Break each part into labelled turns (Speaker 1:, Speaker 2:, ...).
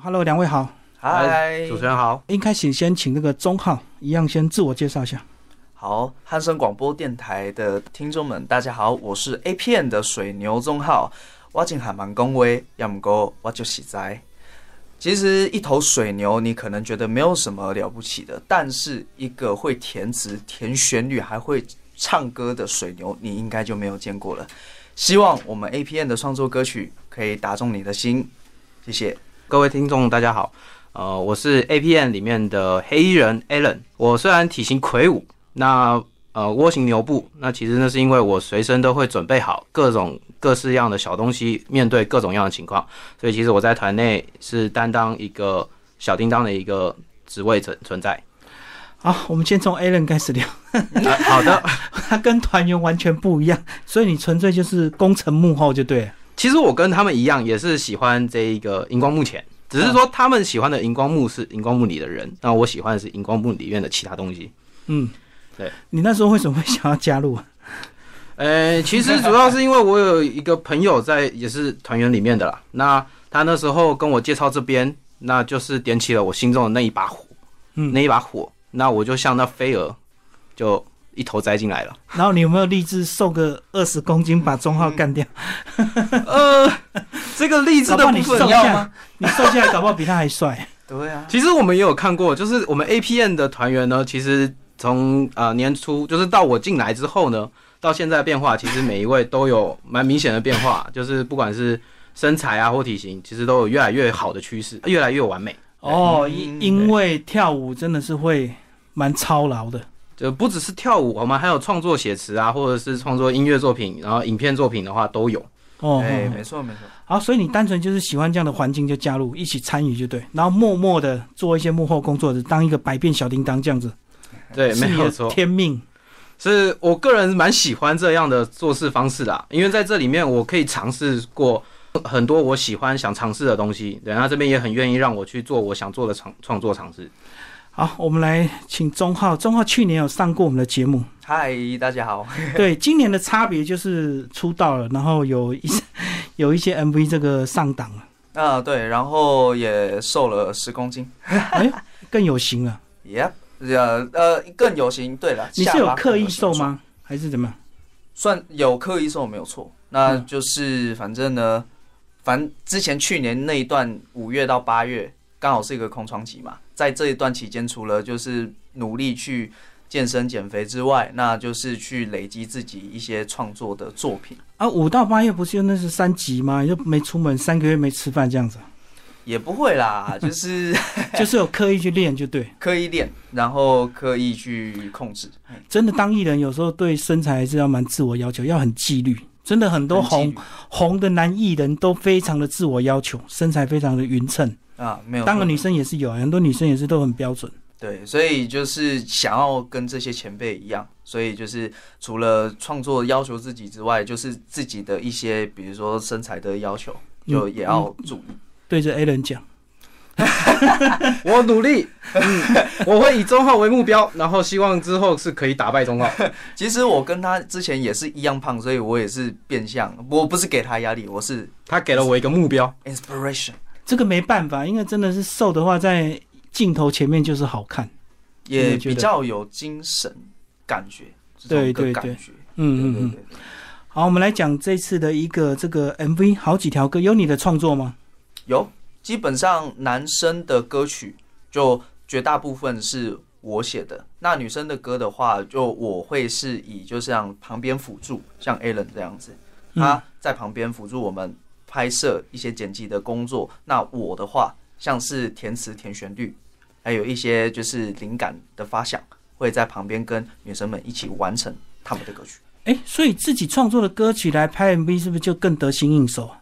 Speaker 1: Hello，两位好，
Speaker 2: 嗨，
Speaker 3: 主持人好，
Speaker 1: 应该请先请那个钟浩一样先自我介绍一下。
Speaker 2: 好，汉声广播电台的听众们，大家好，我是 A 片的水牛钟浩，我真还蛮恭维，要么过我就喜哉。其实一头水牛，你可能觉得没有什么了不起的，但是一个会填词、填旋律，还会唱歌的水牛，你应该就没有见过了。希望我们 A P N 的创作歌曲可以打中你的心，谢谢。
Speaker 3: 各位听众大家好，呃，我是 A P N 里面的黑衣人 Alan。我虽然体型魁梧，那呃蜗形牛步，那其实那是因为我随身都会准备好各种各式样的小东西，面对各种样的情况，所以其实我在团内是担当一个小叮当的一个职位存存在。
Speaker 1: 好，我们先从 Alan 开始聊，
Speaker 3: 啊好的，
Speaker 1: 他跟团员完全不一样，所以你纯粹就是功成幕后就对了。
Speaker 3: 其实我跟他们一样，也是喜欢这一个荧光幕前，只是说他们喜欢的荧光幕是荧光幕里的人，那我喜欢的是荧光幕里面的其他东西。
Speaker 1: 嗯，
Speaker 3: 对，
Speaker 1: 你那时候为什么会想要加入啊？
Speaker 3: 呃，其实主要是因为我有一个朋友在，也是团员里面的啦。那他那时候跟我介绍这边，那就是点起了我心中的那一把火，
Speaker 1: 嗯
Speaker 3: 那一把火，那我就像那飞蛾，就一头栽进来了。
Speaker 1: 然后你有没有立志瘦个二十公斤把钟浩干掉？
Speaker 3: 呃，这个励志
Speaker 1: 搞不
Speaker 3: 的
Speaker 1: 好
Speaker 3: 部
Speaker 1: 你瘦
Speaker 3: 分，
Speaker 1: 下来，你瘦下来搞不好比他还帅。
Speaker 2: 对啊，
Speaker 3: 其实我们也有看过，就是我们 APN 的团员呢，其实从呃年初，就是到我进来之后呢，到现在的变化，其实每一位都有蛮明显的变化， 就是不管是身材啊或体型，其实都有越来越好的趋势，越来越完美。
Speaker 1: 哦，
Speaker 2: 嗯
Speaker 1: 因
Speaker 2: 嗯
Speaker 1: 因为跳舞真的是会蛮操劳的。
Speaker 3: 就不只是跳舞，我们还有创作写词啊，或者是创作音乐作品，然后影片作品的话都有。
Speaker 1: 哦，
Speaker 2: 哎、
Speaker 1: 哦
Speaker 2: 没错没错。
Speaker 1: 好，所以你单纯就是喜欢这样的环境就加入，一起参与就对，然后默默的做一些幕后工作的，当一个百变小叮当这样子，
Speaker 3: 对，
Speaker 1: 是
Speaker 3: 没
Speaker 1: 你
Speaker 3: 有
Speaker 1: 的
Speaker 3: 错。
Speaker 1: 天命。
Speaker 3: 是我个人蛮喜欢这样的做事方式啦，因为在这里面我可以尝试过很多我喜欢想尝试的东西，对，那这边也很愿意让我去做我想做的创创作尝试。
Speaker 1: 好，我们来请钟浩，钟浩去年有上过我们的节目，
Speaker 2: 嗨，大家好。
Speaker 1: 对，今年的差别就是出道了，然后有一些 有一些 MV 这个上档了，
Speaker 2: 啊，对，然后也瘦了十公斤
Speaker 1: 更有型了。
Speaker 2: ，Yep，呃呃，更有型。对了，
Speaker 1: 你
Speaker 2: 下
Speaker 1: 是有
Speaker 2: 巴
Speaker 1: 刻
Speaker 2: 更
Speaker 1: 意
Speaker 2: 型
Speaker 1: 瘦？吗？还是怎么样？
Speaker 2: 算算有刻意瘦没有错，那
Speaker 1: 嗯
Speaker 2: 就是反正呢，反正之前去年那一段五月到八月刚好是一个空窗期嘛，在这一段期间，除了就是努力去健身减肥之外，那就是去累积自己一些创作的作品。
Speaker 1: 啊，五到八月不是就那是三级吗？就没出门，三个月没吃饭这样子啊，
Speaker 2: 也不会啦，就是
Speaker 1: 就是有刻意去练就对。
Speaker 2: 刻意练，然后刻意去控制。
Speaker 1: 真的当艺人有时候对身材还是要蛮自我要求，要很纪律。真的很多
Speaker 2: 很纪
Speaker 1: 红
Speaker 2: 律
Speaker 1: 红的男艺人都非常的自我要求，身材非常的匀称。
Speaker 2: 啊，没有错。
Speaker 1: 当然女生也是有，啊很多女生也是都很标准。
Speaker 2: 对，所以就是想要跟这些前辈一样，所以就是除了创作要求自己之外，就是自己的一些，比如说身材的要求，
Speaker 1: 嗯
Speaker 2: 就也要注意。
Speaker 1: 对着 A 人讲，
Speaker 3: 我努力， 嗯，我会以中号为目标，然后希望之后是可以打败中号。
Speaker 2: 其实我跟他之前也是一样胖，所以我也是变相，我不是给他压力，我是
Speaker 3: 他给了我一个目标，
Speaker 2: inspiration，
Speaker 1: 这个没办法，因为真的是瘦的话，在镜头前面就是好看。
Speaker 2: 也
Speaker 1: 觉得
Speaker 2: 比较有精神感觉，这种
Speaker 1: 对
Speaker 2: 个
Speaker 1: 对
Speaker 2: 感
Speaker 1: 对
Speaker 2: 觉，
Speaker 1: 嗯嗯
Speaker 2: 对对
Speaker 1: 嗯。
Speaker 2: 对对
Speaker 1: 好，我们来讲这次的一个这个 MV，好几条歌，有你的创作吗？
Speaker 2: 有，基本上男生的歌曲就绝大部分是我写的，那女生的歌的话，就我会是以就像旁边辅助，像 Alan 这样子，
Speaker 1: 嗯
Speaker 2: 他在旁边辅助我们拍摄一些剪辑的工作。那我的话，像是填词、填旋律，还有一些就是灵感的发想，会在旁边跟女生们一起完成他们的歌曲。
Speaker 1: 哎、所以自己创作的歌曲来拍 MV，是不是就更得心应手啊？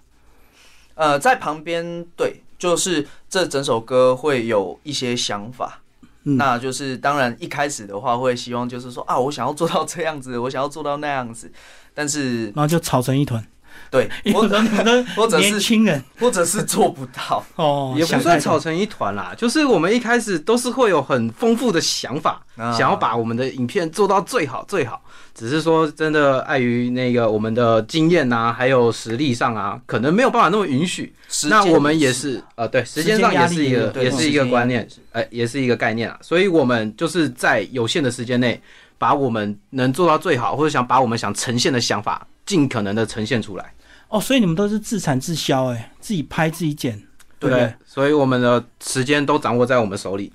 Speaker 2: 呃，在旁边对，就是这整首歌会有一些想法。
Speaker 1: 嗯
Speaker 2: 那就是当然一开始的话会希望就是说啊，我想要做到这样子，我想要做到那样子，但是
Speaker 1: 然后就吵成一团。
Speaker 2: 对，
Speaker 1: 有
Speaker 2: 或
Speaker 1: 的你们
Speaker 2: 或
Speaker 1: 都
Speaker 2: 者
Speaker 1: 年
Speaker 2: 是
Speaker 1: 轻人
Speaker 2: 或者是做不到，
Speaker 1: 哦，
Speaker 3: 也
Speaker 1: 想
Speaker 3: 不算
Speaker 1: 太多
Speaker 3: 吵成一团啦，就是我们一开始都是会有很丰富的想法，
Speaker 2: 啊
Speaker 3: 想要把我们的影片做到最好最好。只是说真的，碍于那个我们的经验呐、还有实力上啊，可能没有办法那么允许。
Speaker 2: 时
Speaker 3: 那
Speaker 2: 间
Speaker 3: 我们也是呃，对，时间上也是
Speaker 1: 压
Speaker 3: 一
Speaker 1: 力也有
Speaker 3: 个
Speaker 2: 对
Speaker 3: 也是一
Speaker 2: 时
Speaker 3: 个
Speaker 2: 间
Speaker 3: 观念，呃，也是一个概念啊。所以我们就是在有限的时间内，把我们能做到最好，或者想把我们想呈现的想法，尽可能的呈现出来。
Speaker 1: 哦，所以你们都是自产自销，哎，自己拍自己剪，对不
Speaker 3: 对不
Speaker 1: 对
Speaker 3: 对，？所以我们的时间都掌握在我们手里。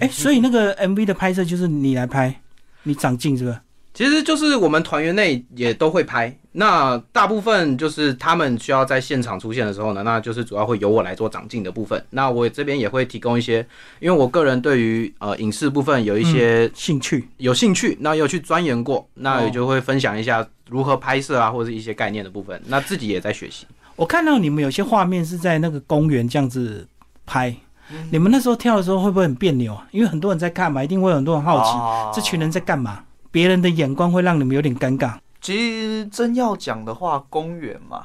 Speaker 1: 哎，所以那个 MV 的拍摄就是你来拍，你长进是吧？
Speaker 3: 其实就是我们团员内也都会拍，那大部分就是他们需要在现场出现的时候呢，那就是主要会由我来做长进的部分。那我这边也会提供一些，因为我个人对于呃影视部分有一些
Speaker 1: 兴趣
Speaker 3: 有兴趣，那又去钻研过，那
Speaker 1: 嗯哦
Speaker 3: 也就会分享一下如何拍摄啊，或者是一些概念的部分。那自己也在学习。
Speaker 1: 我看到你们有些画面是在那个公园这样子拍，
Speaker 3: 嗯
Speaker 1: 你们那时候跳的时候会不会很别扭啊？因为很多人在看嘛，一定会有很多
Speaker 2: 啊
Speaker 1: 人好奇，
Speaker 3: 哦
Speaker 2: 好
Speaker 1: 这群人在干嘛？别人的眼光会让你们有点尴尬。
Speaker 2: 其实真要讲的话，公园嘛，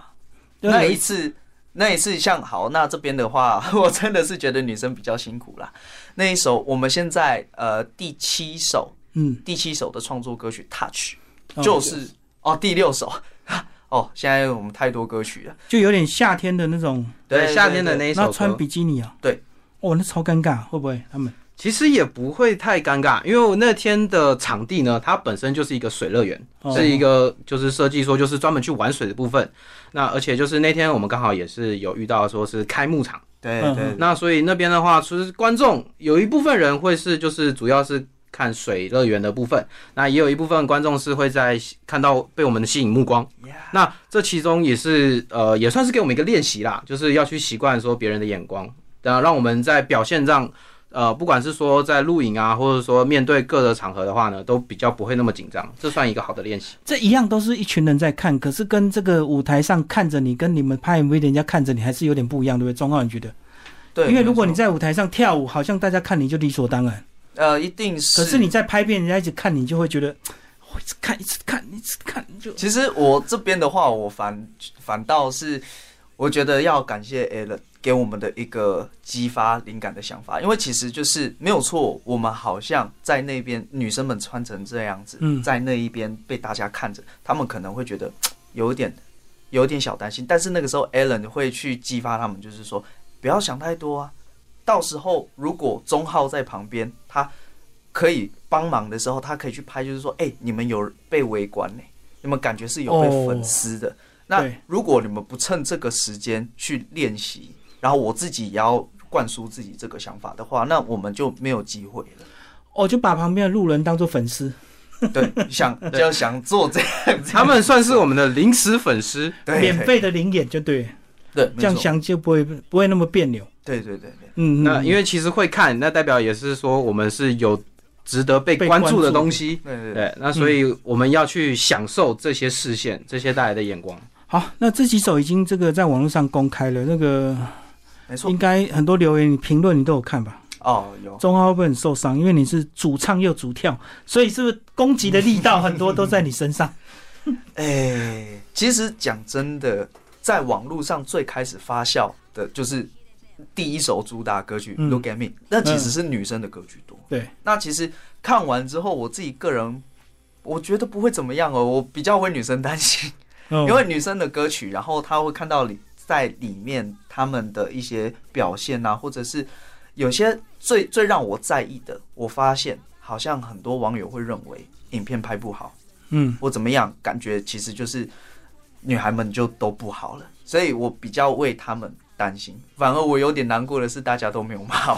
Speaker 1: 对
Speaker 2: 那一次，那一次像好，那这边的话， 我真的是觉得女生比较辛苦啦。那一首我们现在呃第七首，
Speaker 1: 嗯，
Speaker 2: 第七首的创作歌曲《Touch
Speaker 1: 哦》
Speaker 2: 就是哦第六首 哦，现在我们太多歌曲了。
Speaker 1: 就有点夏天的那种，
Speaker 2: 对，
Speaker 3: 夏天的
Speaker 2: 对
Speaker 3: 那一首
Speaker 1: 那
Speaker 3: 歌，
Speaker 1: 穿比基尼啊，
Speaker 2: 对，
Speaker 1: 哦，那超尴尬，会不会他们？
Speaker 3: 其实也不会太尴尬，因为我那天的场地呢，它本身就是一个水乐园，
Speaker 1: 哦
Speaker 3: 是一个就是设计说就是专门去玩水的部分。那而且就是那天我们刚好也是有遇到说是开幕场，
Speaker 2: 对
Speaker 1: 嗯
Speaker 2: 对对，
Speaker 3: 那所以那边的话，其实观众有一部分人会是就是主要是看水乐园的部分，那也有一部分观众是会在看到被我们吸引目光。
Speaker 1: 嗯
Speaker 2: Yeah
Speaker 3: 那这其中也是呃，也算是给我们一个练习啦，就是要去习惯说别人的眼光，然后让我们在表现上，呃，不管是说在录影啊，或者说面对各个场合的话呢，都比较不会那么紧张，这算一个好的练习。
Speaker 1: 这一样都是一群人在看，可是跟这个舞台上看着你，跟你们拍 MV 的人家看着你还是有点不一样，对不对？钟浩，你觉得？
Speaker 2: 对，
Speaker 1: 因为如果你
Speaker 2: 没错
Speaker 1: 在舞台上跳舞，好像大家看你就理所当然，
Speaker 2: 呃一定是，
Speaker 1: 可是你在拍片，人家一直看你，就会觉得我一直看，一直看，一直看，就
Speaker 2: 其实我这边的话，我反反倒是我觉得要感谢 Alan 给我们的一个激发灵感的想法，因为其实就是没有错，我们好像在那边女生们穿成这样子，
Speaker 1: 嗯
Speaker 2: 在那一边被大家看着，他们可能会觉得有一点有一点小担心，但是那个时候 Alan 会去激发他们，就是说不要想太多啊，到时候如果钟浩在旁边，他可以帮忙的时候，他可以去拍，就是说，哎、你们有被围观呢、你们感觉是有被粉丝的。那
Speaker 1: 哦对
Speaker 2: 如果你们不趁这个时间去练习，然后我自己也要灌输自己这个想法的话，那我们就没有机会 了。
Speaker 1: 哦，就把旁边的路人当做粉丝，
Speaker 2: 对，想就想做这样子，
Speaker 3: 他们算是我们的临时粉丝，
Speaker 2: 对
Speaker 1: 免费的零演就对了，
Speaker 2: 对，对没
Speaker 1: 这样
Speaker 2: 错
Speaker 1: 想就不会不会那么别扭。
Speaker 2: 对对对对，
Speaker 1: 嗯，
Speaker 3: 那因
Speaker 1: 为
Speaker 3: 为其实会看，那代表也是说我们是有值得被
Speaker 1: 被
Speaker 3: 关
Speaker 1: 关
Speaker 3: 注的
Speaker 1: 注
Speaker 3: 东西。
Speaker 2: 对对对。
Speaker 3: 对，那所以我们要去享受这些视线，这些带来的眼光。
Speaker 1: 好，那这几首已经这个在网络上公开了，那个
Speaker 2: 没错
Speaker 1: 应该很多留言、评论你都有看吧？
Speaker 2: 哦，有
Speaker 1: 钟浩会不会很受伤？因为你是主唱又主跳，所以是不是攻击的力道很多都在你身上？
Speaker 2: 哎、其实讲真的，在网络上最开始发酵的就是第一首主打歌曲《
Speaker 1: 嗯
Speaker 2: Look at Me》，那其实是女生的歌居多。
Speaker 1: 对，
Speaker 2: 那其实看完之后，我自己个人我觉得不会怎么样哦，我比较为女生 担心， 因
Speaker 1: 因
Speaker 2: 为女生的歌曲，然后她会看到里在里面她们的一些表现啊，或者是有些最最让我在意的，我发现好像很多网友会认为影片拍不好。
Speaker 1: 嗯，
Speaker 2: 我怎么样，感觉其实就是女孩们就都不好了，所以我比较为她们担心。反而我有点难过的是，大家都没有骂我，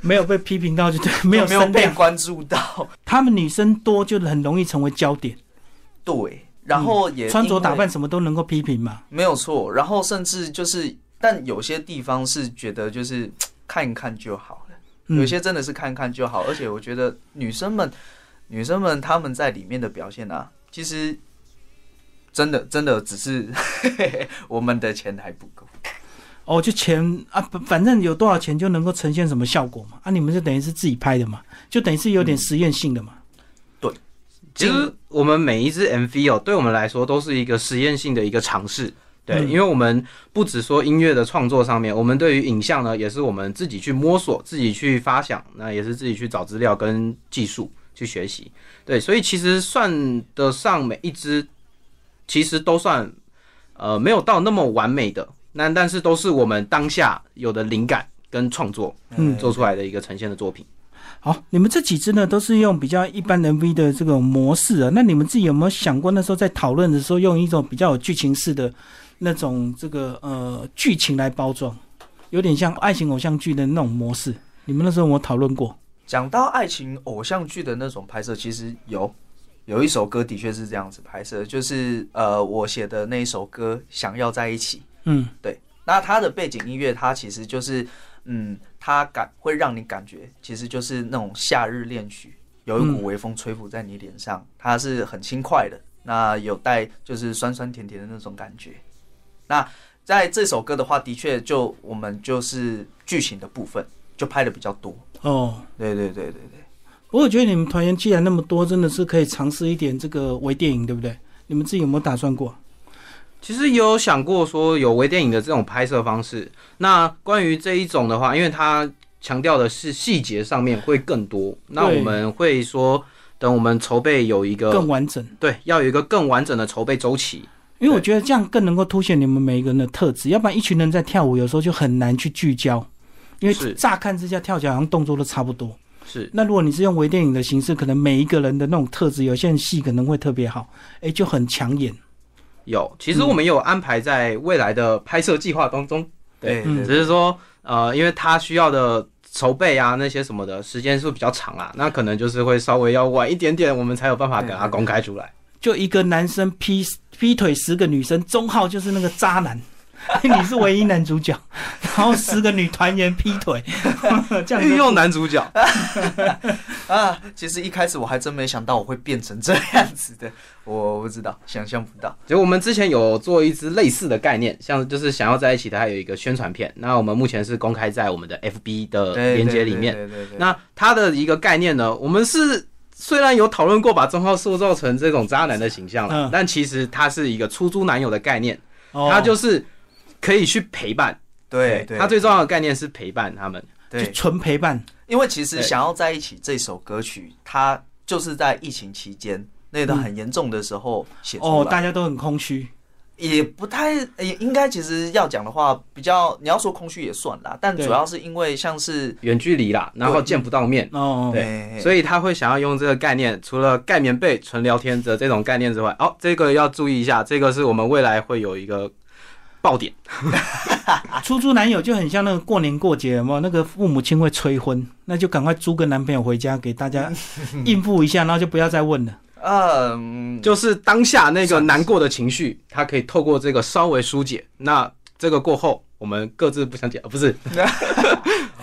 Speaker 1: 没有被批评到就 对， 没有
Speaker 2: 没有
Speaker 1: 声
Speaker 2: 被
Speaker 1: 量。
Speaker 2: 关注到。
Speaker 1: 他们女生多就很容易成为焦点，
Speaker 2: 对，然后也、
Speaker 1: 嗯穿着打扮什么都能够批评嘛。
Speaker 2: 没有错，然后甚至就是，但有些地方是觉得就是看一看就好了，
Speaker 1: 嗯
Speaker 2: 有些真的是看看就好。而且我觉得女生们，女生们她们在里面的表现啊，其实真的真的只是 我们的钱还不够。
Speaker 1: 哦，就钱啊，不反正有多少钱就能够呈现什么效果嘛。啊，你们就等于是自己拍的嘛，就等于是
Speaker 2: 嗯
Speaker 1: 有点实验性的嘛。
Speaker 3: 其实我们每一支 MV 哦，对我们来说都是一个实验性的一个尝试。对，
Speaker 1: 嗯
Speaker 3: 因为我们不只说音乐的创作上面，我们对于影像呢，也是我们自己去摸索、自己去发想，那也是自己去找资料跟技术去学习。对，所以其实算得上每一支，其实都算呃没有到那么完美的，那但是都是我们当下有的灵感跟创作
Speaker 1: 嗯
Speaker 3: 做出来的一个呈现的作品。
Speaker 1: 好，你们这几支呢都是用比较一般 MV 的这种模式啊。那你们自己有没有想过那时候在讨论的时候，用一种比较有剧情式的那种这个呃剧情来包装，有点像爱情偶像剧的那种模式？你们那时候有没有讨论过？
Speaker 2: 讲到爱情偶像剧的那种拍摄，其实有有一首歌的确是这样子拍摄，就是呃我写的那一首歌《想要在一起》。
Speaker 1: 嗯
Speaker 2: 那它的背景音乐，它其实就是，嗯，它感会让你感觉，其实就是那种夏日恋曲，有一股微风吹拂在你脸上，它是很轻快的，那有带就是酸酸甜甜的那种感觉。那在这首歌的话，的确就我们就是剧情的部分就拍的比较多。
Speaker 1: 哦，
Speaker 2: 对对对对对，
Speaker 1: 不过我觉得你们团员既然那么多，真的是可以尝试一点这个微电影，对不对？你们自己有没有打算过？
Speaker 3: 其实有想过说有微电影的这种拍摄方式。那关于这一种的话，因为它强调的是细节上面会更多，那
Speaker 1: 对
Speaker 3: 我们会说，等我们筹备有一个
Speaker 1: 更完整，
Speaker 3: 对，要有一个更完整的筹备周期。
Speaker 1: 因为我觉得这样更能够凸显你们每一个人的特质，要不然一群人在跳舞，有时候就很难去聚焦，因为
Speaker 3: 是
Speaker 1: 乍看之下跳起来好像动作都差不多。
Speaker 3: 是
Speaker 1: 那如果你是用微电影的形式，可能每一个人的那种特质，有些人戏可能会特别好，哎，就很抢眼。
Speaker 3: 有，其实我们有安排在未来的拍摄计划当中，
Speaker 2: 对
Speaker 3: 对
Speaker 2: 对
Speaker 3: 只是说呃，因为它需要的筹备啊那些什么的时间是比较长啊，那可能就是会稍微要晚一点点，我们才有办法给它公开出来。
Speaker 1: 就一个男生劈劈腿十个女生，钟浩就是那个渣男， 你是唯一男主角，然后十个女团员劈腿，这样
Speaker 3: 御
Speaker 1: 子
Speaker 3: 用男主角，
Speaker 2: 啊，其实一开始我还真没想到我会变成这样子的， 我不知道，想象不到。
Speaker 3: 就我们之前有做一支类似的概念，像就是想要在一起的，还有一个宣传片。那我们目前是公开在我们的 FB 的
Speaker 2: 对
Speaker 3: 呃连接
Speaker 2: 对
Speaker 3: 里
Speaker 2: 对
Speaker 3: 面。
Speaker 2: 对对对，
Speaker 3: 那它的一个概念呢，我们是虽然有讨论过把钟浩塑造成这种渣男的形象了，
Speaker 1: 嗯
Speaker 3: 但其实它是一个出租男友的概念，
Speaker 1: 哦
Speaker 3: 它就是可以去陪伴。
Speaker 2: 对对，
Speaker 3: 它最重要的概念是陪伴他们。
Speaker 2: 对
Speaker 1: 就纯陪伴，
Speaker 2: 因为其实《
Speaker 3: 对
Speaker 2: 想要在一起》这首歌曲，它就是在疫情期间那段很严重的时候写出来，
Speaker 1: 哦，大家都很空虚，
Speaker 2: 也不太也应该。其实要讲的话，比较你要说空虚也算啦，但
Speaker 1: 对
Speaker 2: 主要是因为像是
Speaker 3: 远距离啦，然后见不到面，
Speaker 1: 哦，
Speaker 2: 对
Speaker 3: 所以他会想要用这个概念，除了盖棉被、纯聊天的这种概念之外，哦，这个要注意一下，这个是我们未来会有一个爆点。
Speaker 1: 出租男友就很像那个过年过节，有没有？那个父母亲会催婚，那就赶快租个男朋友回家给大家应付一下，然后就不要再问了。
Speaker 2: 嗯，
Speaker 3: 就是当下那个难过的情绪，他可以透过这个稍微疏解。那这个过后，我们各自不想讲，呃不是，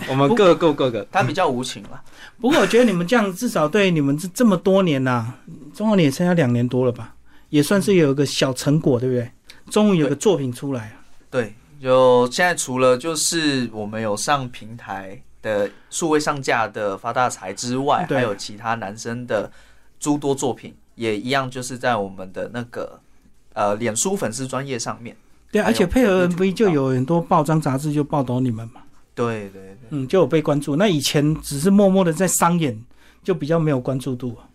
Speaker 3: 我们各各各个。
Speaker 2: 它比较无情啦。
Speaker 1: 不过我觉得你们这样至少对你们这这么多年呐、中浩你也参加两年多了吧，也算是有一个小成果，对不对？终于有个作品出来了，
Speaker 2: 对，就现在除了就是我们有上平台的数位上架的发大财之外，
Speaker 1: 对
Speaker 2: 还有其他男生的诸多作品，也一样就是在我们的那个呃脸书粉丝专业上面。
Speaker 1: 对啊，而且配合
Speaker 2: 还有
Speaker 1: MV 就有很多报章杂志就报道你们嘛，
Speaker 2: 对对对，
Speaker 1: 嗯，就有被关注。那以前只是默默的在商演，就比较没有关注度啊。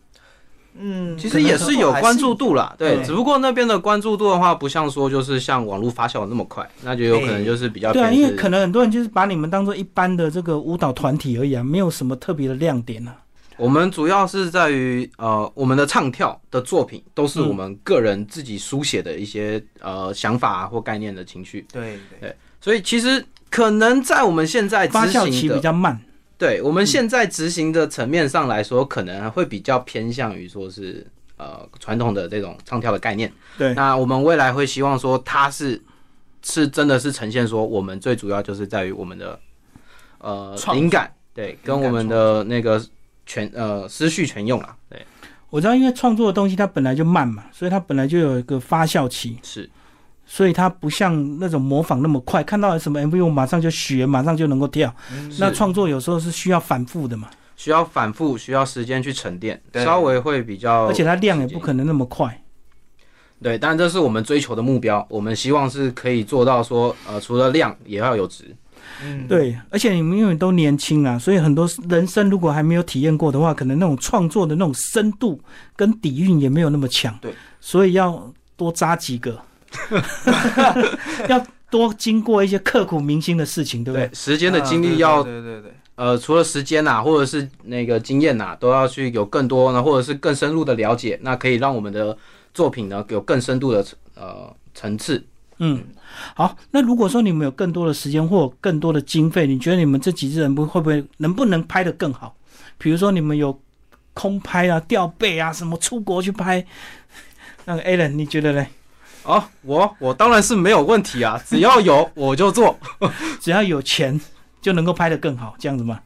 Speaker 2: 嗯，
Speaker 3: 其实也是有关注度啦，
Speaker 2: 能
Speaker 3: 对，
Speaker 2: 还是
Speaker 3: 只不过那边的关注度的话，不像说就是像网络发酵的那么快，那就有可能就是比较
Speaker 1: 对啊，
Speaker 3: 偏
Speaker 1: 因为
Speaker 3: 是
Speaker 1: 可能很多人就是把你们当做一般的这个舞蹈团体而已啊，没有什么特别的亮点啊。
Speaker 3: 我们主要是在于呃，我们的唱跳的作品都
Speaker 1: 嗯
Speaker 3: 是我们个人自己书写的一些、呃想法、啊、或概念的情绪，
Speaker 2: 对对
Speaker 3: 所以其实可能在我们现在执
Speaker 1: 发酵期
Speaker 3: 行
Speaker 1: 比
Speaker 3: 的，
Speaker 1: 较慢，
Speaker 3: 对我们现在执行的层面上来说，可能还会比较偏向于说是呃传统的这种唱跳的概念。
Speaker 1: 对，
Speaker 3: 那我们未来会希望说它是是真的是呈现说我们最主要就是在于我们的呃
Speaker 2: 创作
Speaker 3: 灵感，对，跟
Speaker 2: 灵感
Speaker 3: 我们的那个全呃思绪全用啦，对。
Speaker 1: 我知道，因为创作的东西它本来就慢嘛，所以它本来就有一个发酵期，
Speaker 3: 是
Speaker 1: 所以它不像那种模仿那么快，看到什么 MV 我马上就学，马上就能够跳。
Speaker 2: 嗯
Speaker 1: 那创作有时候是需要反复的嘛，
Speaker 3: 需要反复，需要时间去沉淀，
Speaker 2: 对
Speaker 3: 稍微会比较，
Speaker 1: 而且它量也不可能那么快。
Speaker 3: 对，但这是我们追求的目标，我们希望是可以做到说，呃，除了量也要有值。
Speaker 2: 嗯，
Speaker 1: 对，而且你们因为都年轻啊，所以很多人生如果还没有体验过的话，可能那种创作的那种深度跟底蕴也没有那么强。
Speaker 2: 对，
Speaker 1: 所以要多扎几 个，要多经过一些刻骨铭心的事情，对不对？
Speaker 3: 时间的
Speaker 2: 啊
Speaker 3: 精力
Speaker 2: 对
Speaker 3: 要，
Speaker 2: 对对对
Speaker 3: 呃，除了时间呐、或者是那个经验呐、啊都要去有更多呢，或者是更深入的了解，那可以让我们的作品呢有更深度的呃层次。
Speaker 1: 嗯，好，那如果说你们有更多的时间或有更多的经费，你觉得你们这几支人不会不会能不能拍得更好？比如说你们有空拍啊、吊背啊，什么出国去拍？那个 Alan，你觉得嘞？
Speaker 3: 哦，我我当然是没有问题啊，只要有我就做。
Speaker 1: 只要有钱就能够拍得更好，这样子吗？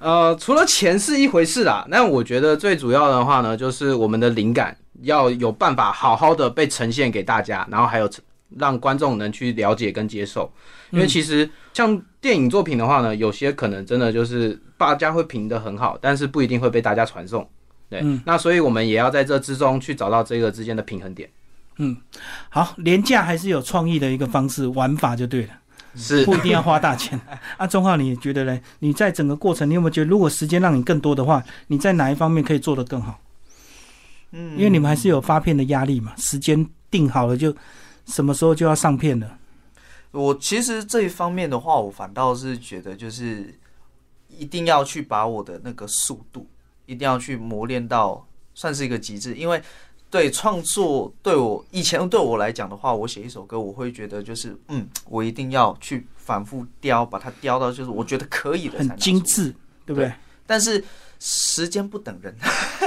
Speaker 3: 呃，除了钱是一回事啦，那我觉得最主要的话呢，就是我们的灵感要有办法好好的被呈现给大家，然后还有让观众能去了解跟接受。
Speaker 1: 嗯
Speaker 3: 因为其实像电影作品的话呢，有些可能真的就是大家会评的很好，但是不一定会被大家传颂。对，
Speaker 1: 嗯
Speaker 3: 那所以我们也要在这之中去找到这个之间的平衡点。
Speaker 1: 好，廉价还是有创意的一个方式玩法就对了，
Speaker 3: 是
Speaker 1: 不一定要花大钱。啊，钟浩，你觉得嘞？你在整个过程，你有没有觉得，如果时间让你更多的话，你在哪一方面可以做得更好？
Speaker 2: 嗯，
Speaker 1: 因为你们还是有发片的压力嘛，时间定好了就什么时候就要上片了。
Speaker 2: 我其实这一方面的话，我反倒是觉得就是一定要去把我的那个速度，一定要去磨练到算是一个极致，因为。对创作，对我以前对我来讲的话，我写一首歌，我会觉得就是，嗯，我一定要去反复雕，把它雕到就是我觉得可以的，
Speaker 1: 很精。致，对不对？
Speaker 2: 但是时间不等人，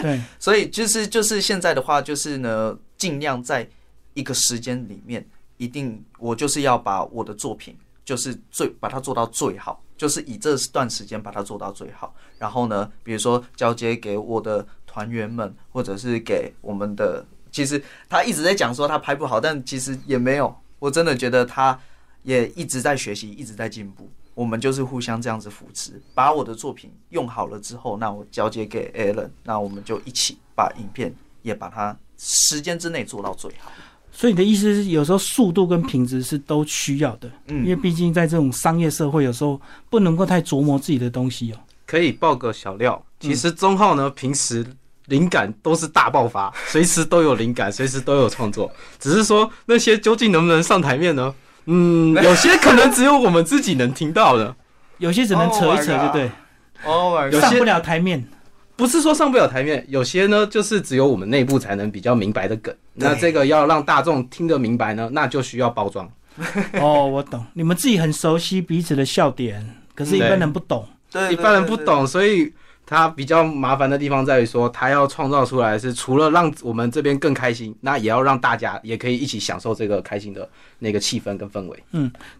Speaker 1: 对，
Speaker 2: 所以就是就是现在的话，就是呢，尽量在一个时间里面，一定我就是要把我的作品，就是最把它做到最好，就是以这段时间把它做到最好。然后呢，比如说交接给我的团员们，或者是给我们的，其实他一直在讲说他拍不好，但其实也没有，我真的觉得他也一直在学习，一直在进步。我们就是互相这样子扶持，把我的作品用好了之后，那我交接给 Alan，那我们就一起把影片也把它时间之内做到最好。
Speaker 1: 所以你的意思是，有时候速度跟品质是都需要的，因为
Speaker 2: 嗯，
Speaker 1: 毕竟在这种商业社会，有时候不能够太琢磨自己的东西哦。
Speaker 3: 可以爆个小料。其实钟浩呢，平时灵感都是大爆发，随时都有灵感，随时都有创作。只是说那些究竟能不能上台面呢？嗯，有些可能只有我们自己能听到的，
Speaker 1: 有些只能扯一扯，对不对？
Speaker 2: 哦、
Speaker 3: God 有些
Speaker 1: 上不了台 面。
Speaker 3: 不是说上不了台面，有些呢就是只有我们内部才能比较明白的梗。那这个要让大众听得明白呢，那就需要包装。
Speaker 1: 哦，我懂，你们自己很熟悉彼此的笑点，可是一般人不懂。
Speaker 2: 对，
Speaker 3: 一般人不懂，所以他比较麻烦的地方在于说，他要创造出来是除了让我们这边更开心，那也要让大家也可以一起享受这个开心的那个气氛跟氛围。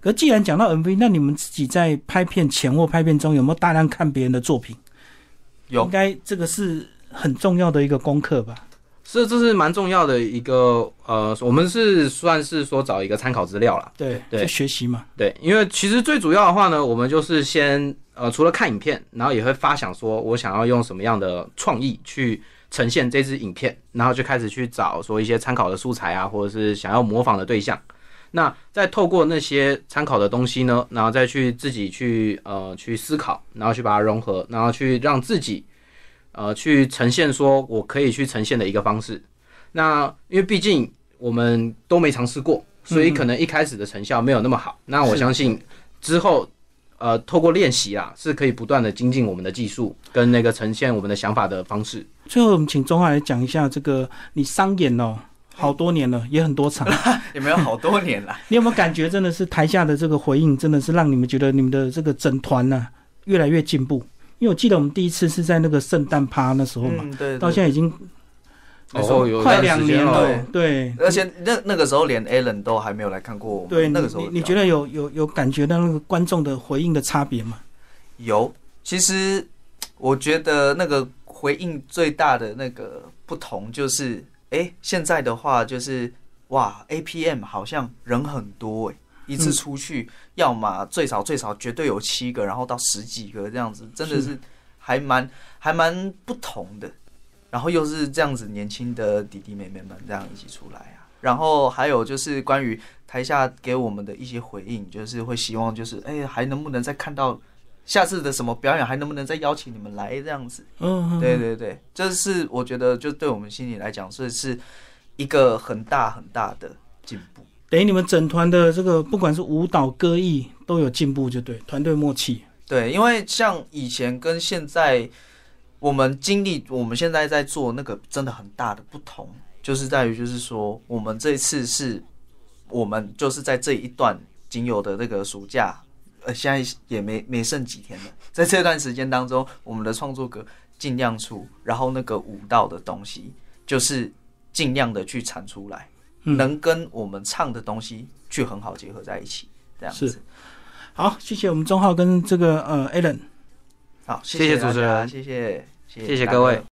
Speaker 1: 可既然讲到 MV，那你们自己在拍片前或拍片中有没有大量看别人的作品？
Speaker 2: 有
Speaker 1: 应该这个是很重要的一个功课吧？
Speaker 3: 是，这是蛮重要的一个呃，我们是算是说找一个参考资料啦。
Speaker 1: 对，
Speaker 3: 对
Speaker 1: 就学习嘛。
Speaker 3: 对，因为其实最主要的话呢，我们就是先呃，除了看影片，然后也会发想说我想要用什么样的创意去呈现这支影片，然后就开始去找说一些参考的素材啊，或者是想要模仿的对象。那再透过那些参考的东西呢，然后再去自己去呃去思考，然后去把它融合，然后去让自己呃去呈现说我可以去呈现的一个方式。那因为毕竟我们都没尝试过，所以可能一开始的成效没有那么好。那我
Speaker 1: 是
Speaker 3: 相信之后，呃，透过练习啦，是可以不断的精进我们的技术跟那个呈现我们的想法的方式。
Speaker 1: 最后，我们请钟浩来讲一下这个你商演哦，
Speaker 2: 哎
Speaker 1: 好多年了，也很多场，
Speaker 2: 也没有好多年 啦。
Speaker 1: 你有没有感觉真的是台下的这个回应，真的是让你们觉得你们的这个整团呢、越来越进步？因为我记得我们第一次是在那个圣诞趴那时候嘛，
Speaker 2: 嗯，对，
Speaker 1: 到现在已经
Speaker 2: 没错
Speaker 3: 哦有
Speaker 1: 快
Speaker 3: 一
Speaker 1: 哦
Speaker 3: 段
Speaker 1: 两
Speaker 3: 时
Speaker 1: 年
Speaker 3: 间
Speaker 2: 了
Speaker 1: 了，对。
Speaker 2: 在，而且那那个时候连 Alan 都还没有来看过我们。
Speaker 1: 对，
Speaker 2: 哦那
Speaker 1: 你
Speaker 2: 个时候
Speaker 1: 你你觉得有有有感觉到那个观众的回应的差别吗？
Speaker 2: 有？其实我觉得那个回应最大的那个不同就是，哎、现在的话就是哇，APM 好像人很多哎、一次出去，要么最少最少绝对有七个，然后到十几个这样子，真的是还蛮还蛮不同的。然后又是这样子年轻的弟弟妹妹们这样一起出来啊，然后还有就是关于台下给我们的一些回应，就是会希望就是哎、还能不能再看到下次的什么表演，还能不能再邀请你们来这样子。
Speaker 1: 嗯，
Speaker 2: 对对对，这是我觉得就对我们心里来讲，所以是一个很大很大的进步。
Speaker 1: 等于你们整团的这个不管是舞蹈、歌艺都有进步，就对，团队默契。
Speaker 2: 对，因为像以前跟现在，我们经历我们现在在做那个真的很大的不同，就是在于就是说，我们这一次是，我们就是在这一段仅有的那个暑假，呃，现在也没没剩几天了，在这段时间当中，我们的创作歌尽量出，然后那个舞蹈的东西就是尽量的去产出来，
Speaker 1: 嗯
Speaker 2: 能跟我们唱的东西去很好结合在一起，这样
Speaker 1: 是
Speaker 2: 子。
Speaker 1: 好，谢谢我们钟浩跟这个呃 Alan。
Speaker 2: 好，谢
Speaker 3: 谢谢
Speaker 2: 大
Speaker 3: 主持
Speaker 2: 家
Speaker 3: 人
Speaker 2: 谢谢，
Speaker 3: 谢谢
Speaker 2: 大
Speaker 3: 各
Speaker 2: 哥
Speaker 3: 位。